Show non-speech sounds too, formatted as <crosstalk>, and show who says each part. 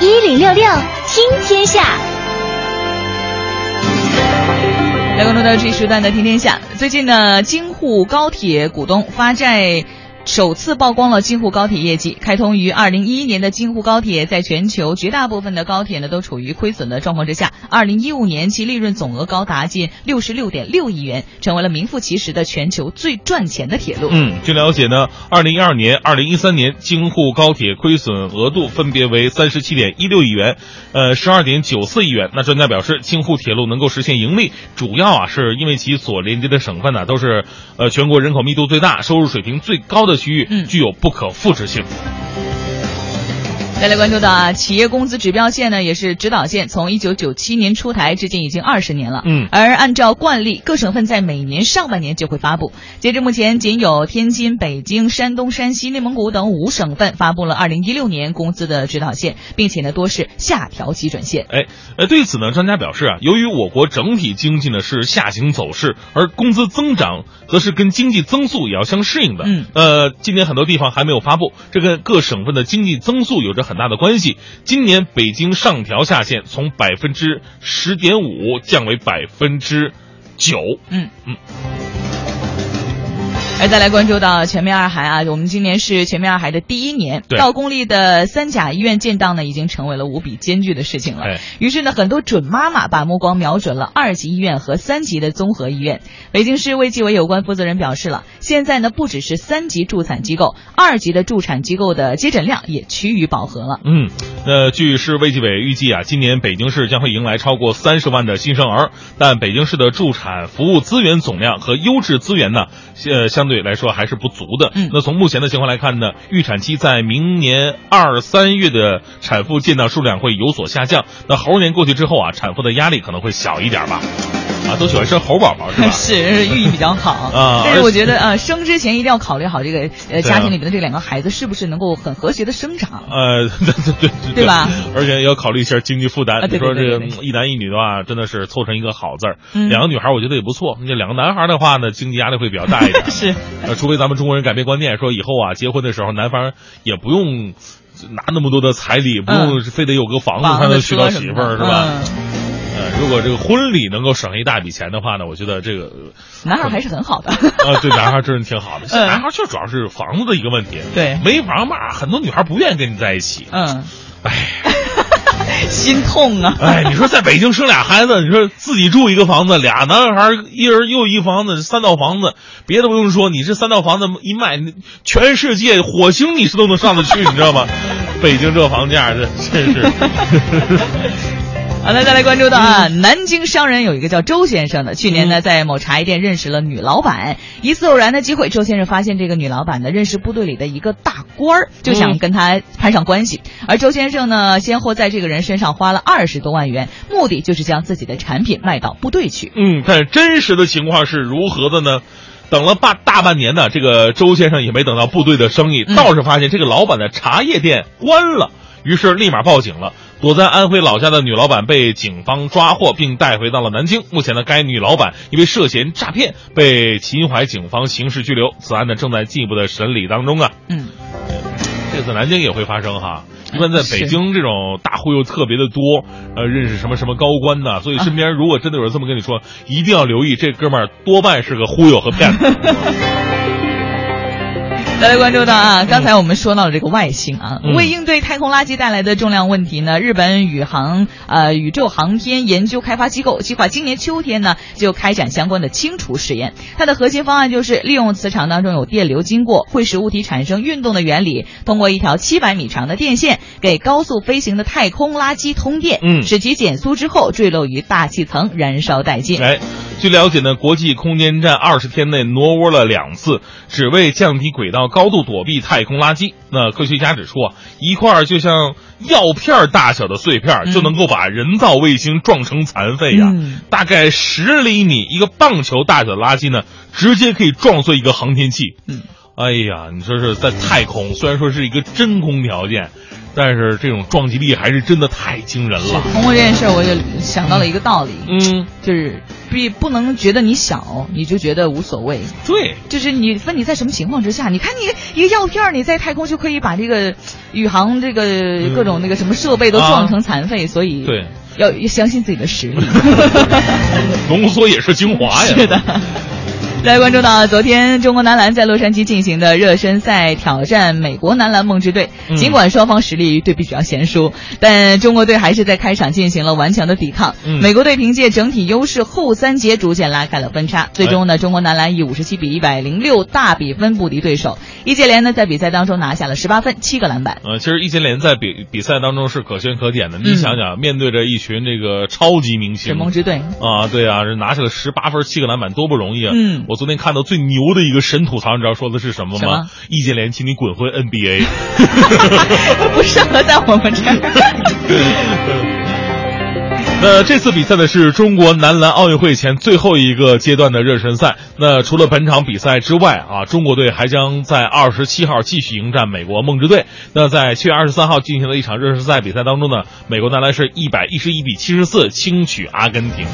Speaker 1: 一零六六听天下。
Speaker 2: 来关注到这一时段的《天天下》，最近呢，京沪高铁股东发债。首次曝光了京沪高铁业绩。开通于二零一一年的京沪高铁，在全球绝大部分的高铁呢都处于亏损的状况之下。二零一五年其利润总额高达近六十六点六亿元，成为了名副其实的全球最赚钱的铁路。
Speaker 3: 嗯，据了解呢，二零一二年、二零一三年京沪高铁亏损额度分别为三十七点一六亿元，呃，十二点九四亿元。那专家表示，京沪铁路能够实现盈利，主要啊是因为其所连接的省份呢、都是呃全国人口密度最大、收入水平最高的。区域具有不可复制性。
Speaker 2: 再来关注到啊，企业工资指标线呢也是指导线，从一九九七年出台至今已经二十年了。
Speaker 3: 嗯，
Speaker 2: 而按照惯例，各省份在每年上半年就会发布。截至目前，仅有天津、北京、山东、山西、内蒙古等五省份发布了二零一六年工资的指导线，并且呢多是下调基准线。
Speaker 3: 哎，呃，对此呢，专家表示啊，由于我国整体经济呢是下行走势，而工资增长则是跟经济增速也要相适应的。
Speaker 2: 嗯，
Speaker 3: 呃，今年很多地方还没有发布，这跟各省份的经济增速有着。很大的关系。今年北京上调下限，从百分之十点五降为百分之九。
Speaker 2: 嗯嗯。而再来关注到全面二孩啊，我们今年是全面二孩的第一年。到公立的三甲医院建档呢，已经成为了无比艰巨的事情了。
Speaker 3: 哎、
Speaker 2: 于是呢，很多准妈妈把目光瞄准了二级医院和三级的综合医院。北京市卫计委有关负责人表示了，现在呢，不只是三级助产机构，二级的助产机构的接诊量也趋于饱和了。
Speaker 3: 嗯，那据市卫计委预计啊，今年北京市将会迎来超过三十万的新生儿，但北京市的助产服务资源总量和优质资源呢，呃，相对来说还是不足的。
Speaker 2: 嗯，
Speaker 3: 那从目前的情况来看呢，预产期在明年二三月的产妇建档数量会有所下降。那猴年过去之后啊，产妇的压力可能会小一点吧。啊，都喜欢生猴宝
Speaker 2: <laughs>
Speaker 3: 宝是吧？
Speaker 2: 是寓意比较好
Speaker 3: <laughs> 啊。
Speaker 2: 但是我觉得啊，生之前一定要考虑好这个呃家庭里面的这两个孩子是不是能够很和谐的生长。
Speaker 3: <laughs> 呃，对对对，
Speaker 2: 对吧？
Speaker 3: 而且要考虑一下经济负担。
Speaker 2: 啊、对
Speaker 3: 对对
Speaker 2: 你
Speaker 3: 说这个一男一女的话，真的是凑成一个好字儿。
Speaker 2: 嗯、
Speaker 3: 两个女孩我觉得也不错。那两个男孩的话呢，经济压力会比较大
Speaker 2: <laughs>
Speaker 3: 一点。
Speaker 2: 是，
Speaker 3: 呃，除非咱们中国人改变观念，说以后啊，结婚的时候男方也不用拿那么多的彩礼，不用非得有个房子才能娶到
Speaker 2: 啊
Speaker 3: 媳妇儿，是吧？
Speaker 2: 嗯
Speaker 3: 呃，如果这个婚礼能够省一大笔钱的话呢，我觉得这个
Speaker 2: 男孩还是很好的。
Speaker 3: 啊，对，男孩真是挺好的。
Speaker 2: 嗯
Speaker 3: 男孩就主要是房子的一个问题，
Speaker 2: 对
Speaker 3: 没房嘛，很多女孩不愿意跟你在一起。
Speaker 2: 嗯，
Speaker 3: 哎，
Speaker 2: <laughs> 心痛
Speaker 3: <laughs>
Speaker 2: 啊。
Speaker 3: 哎，你说在北京生俩孩子，你说自己住一个房子，俩男孩一人又一房子，三套房子，别的不用说，你这三套房子一卖，全世界火星你是都能上得去，你知道吗？北京这房价，这真是。
Speaker 2: 好了，再来关注到啊，南京商人有一个叫周先生的，去年呢在某茶叶店认识了女老板，一次偶然的机会，周先生发现这个女老板呢认识部队里的一个大官儿，就想跟他攀上关系。而周先生呢，先后在这个人身上花了二十多万元，目的就是将自己的产品卖到部队去。
Speaker 3: 嗯，但是真实的情况是如何的呢？等了半大半年呢，这个周先生也没等到部队的生意，
Speaker 2: 嗯
Speaker 3: 倒是发现这个老板的茶叶店关了，于是立马报警了。躲在安徽老家的女老板被警方抓获，并带回到了南京。目前呢，该女老板因为涉嫌诈骗被秦淮警方刑事拘留，此案呢正在进一步的审理当中啊。
Speaker 2: 嗯，
Speaker 3: 这次南京也会发生哈。一般在
Speaker 2: 是
Speaker 3: 北京这种大忽悠特别的多，呃，认识什么什么高官呐，所以身边如果真的有人这么跟你说，一定要留意，这哥们儿多半是个忽悠和骗子。
Speaker 2: 再来关注到啊，刚才我们说到了这个外星啊，
Speaker 3: 嗯
Speaker 2: 为应对太空垃圾带来的重量问题呢，日本宇航呃宇宙航天研究开发机构计划今年秋天呢就开展相关的清除试验。它的核心方案就是利用磁场当中有电流经过会使物体产生运动的原理，通过一条七百米长的电线给高速飞行的太空垃圾通电，
Speaker 3: 嗯
Speaker 2: 使其减速之后坠落于大气层，燃烧殆 <laughs> 尽。
Speaker 3: 哎，据了解呢，国际空间站二十天内挪窝了两次，只为降低轨道高度，躲避太空垃圾。那科学家指出啊，一块儿就像药片儿大小的碎片儿，
Speaker 2: 嗯
Speaker 3: 就能够把人造卫星撞成残废呀、
Speaker 2: 嗯
Speaker 3: 大概十厘米一个棒球大小的垃圾呢，直接可以撞碎一个航天器。
Speaker 2: 嗯。
Speaker 3: 哎呀，你说是在太空，虽然说是一个真空条件，但是这种撞击力还是真的太惊人了。
Speaker 2: 通过这件事，我就想到了一个道理，
Speaker 3: 嗯，
Speaker 2: 就是必不能觉得你小，你就觉得无所谓。
Speaker 3: 对，
Speaker 2: 就是你分你在什么情况之下，你看你一个药片儿，你在太空就可以把这个宇航这个各种那个什么设备都撞成残废，所以
Speaker 3: 对，
Speaker 2: 要相信自己的实力。 <laughs>
Speaker 3: <laughs> 浓缩也是精华呀。
Speaker 2: 是的。来关注到昨天中国男篮在洛杉矶进行的热身赛挑战美国男篮梦之队，
Speaker 3: 嗯
Speaker 2: 尽管双方实力对比比较悬殊，但中国队还是在开场进行了顽强的抵抗。
Speaker 3: 嗯
Speaker 2: 美国队凭借整体优势后三节逐渐拉开了分差，最终呢，中国男篮以五十七比一百零六大比分不敌对手。易建联呢在比赛当中拿下了十八分、七个篮板。
Speaker 3: 呃，其实易建联在比比赛当中是可圈可点的。你
Speaker 2: 嗯
Speaker 3: 想想，面对着一群这个超级明
Speaker 2: 是
Speaker 3: 星，
Speaker 2: 梦之队， <laughs>
Speaker 3: 啊，对啊，是拿下了十八分、七个篮板，多不容易啊！
Speaker 2: 嗯
Speaker 3: 我昨天看到最牛的一个神吐槽，你知道说的是什么
Speaker 2: 什
Speaker 3: 吗
Speaker 2: 么？
Speaker 3: 易建联，请你滚回 NBA。
Speaker 2: 不适合在我们这儿。
Speaker 3: <laughs> 那这次比赛呢是中国男篮奥运会前最后一个阶段的热身赛。那除了本场比赛之外啊，中国队还将在二十七号继续迎战美国梦之队。那在七月二十三号进行的一场热身赛比赛当中呢，美国男篮是一百一十一比七十四轻取阿根廷。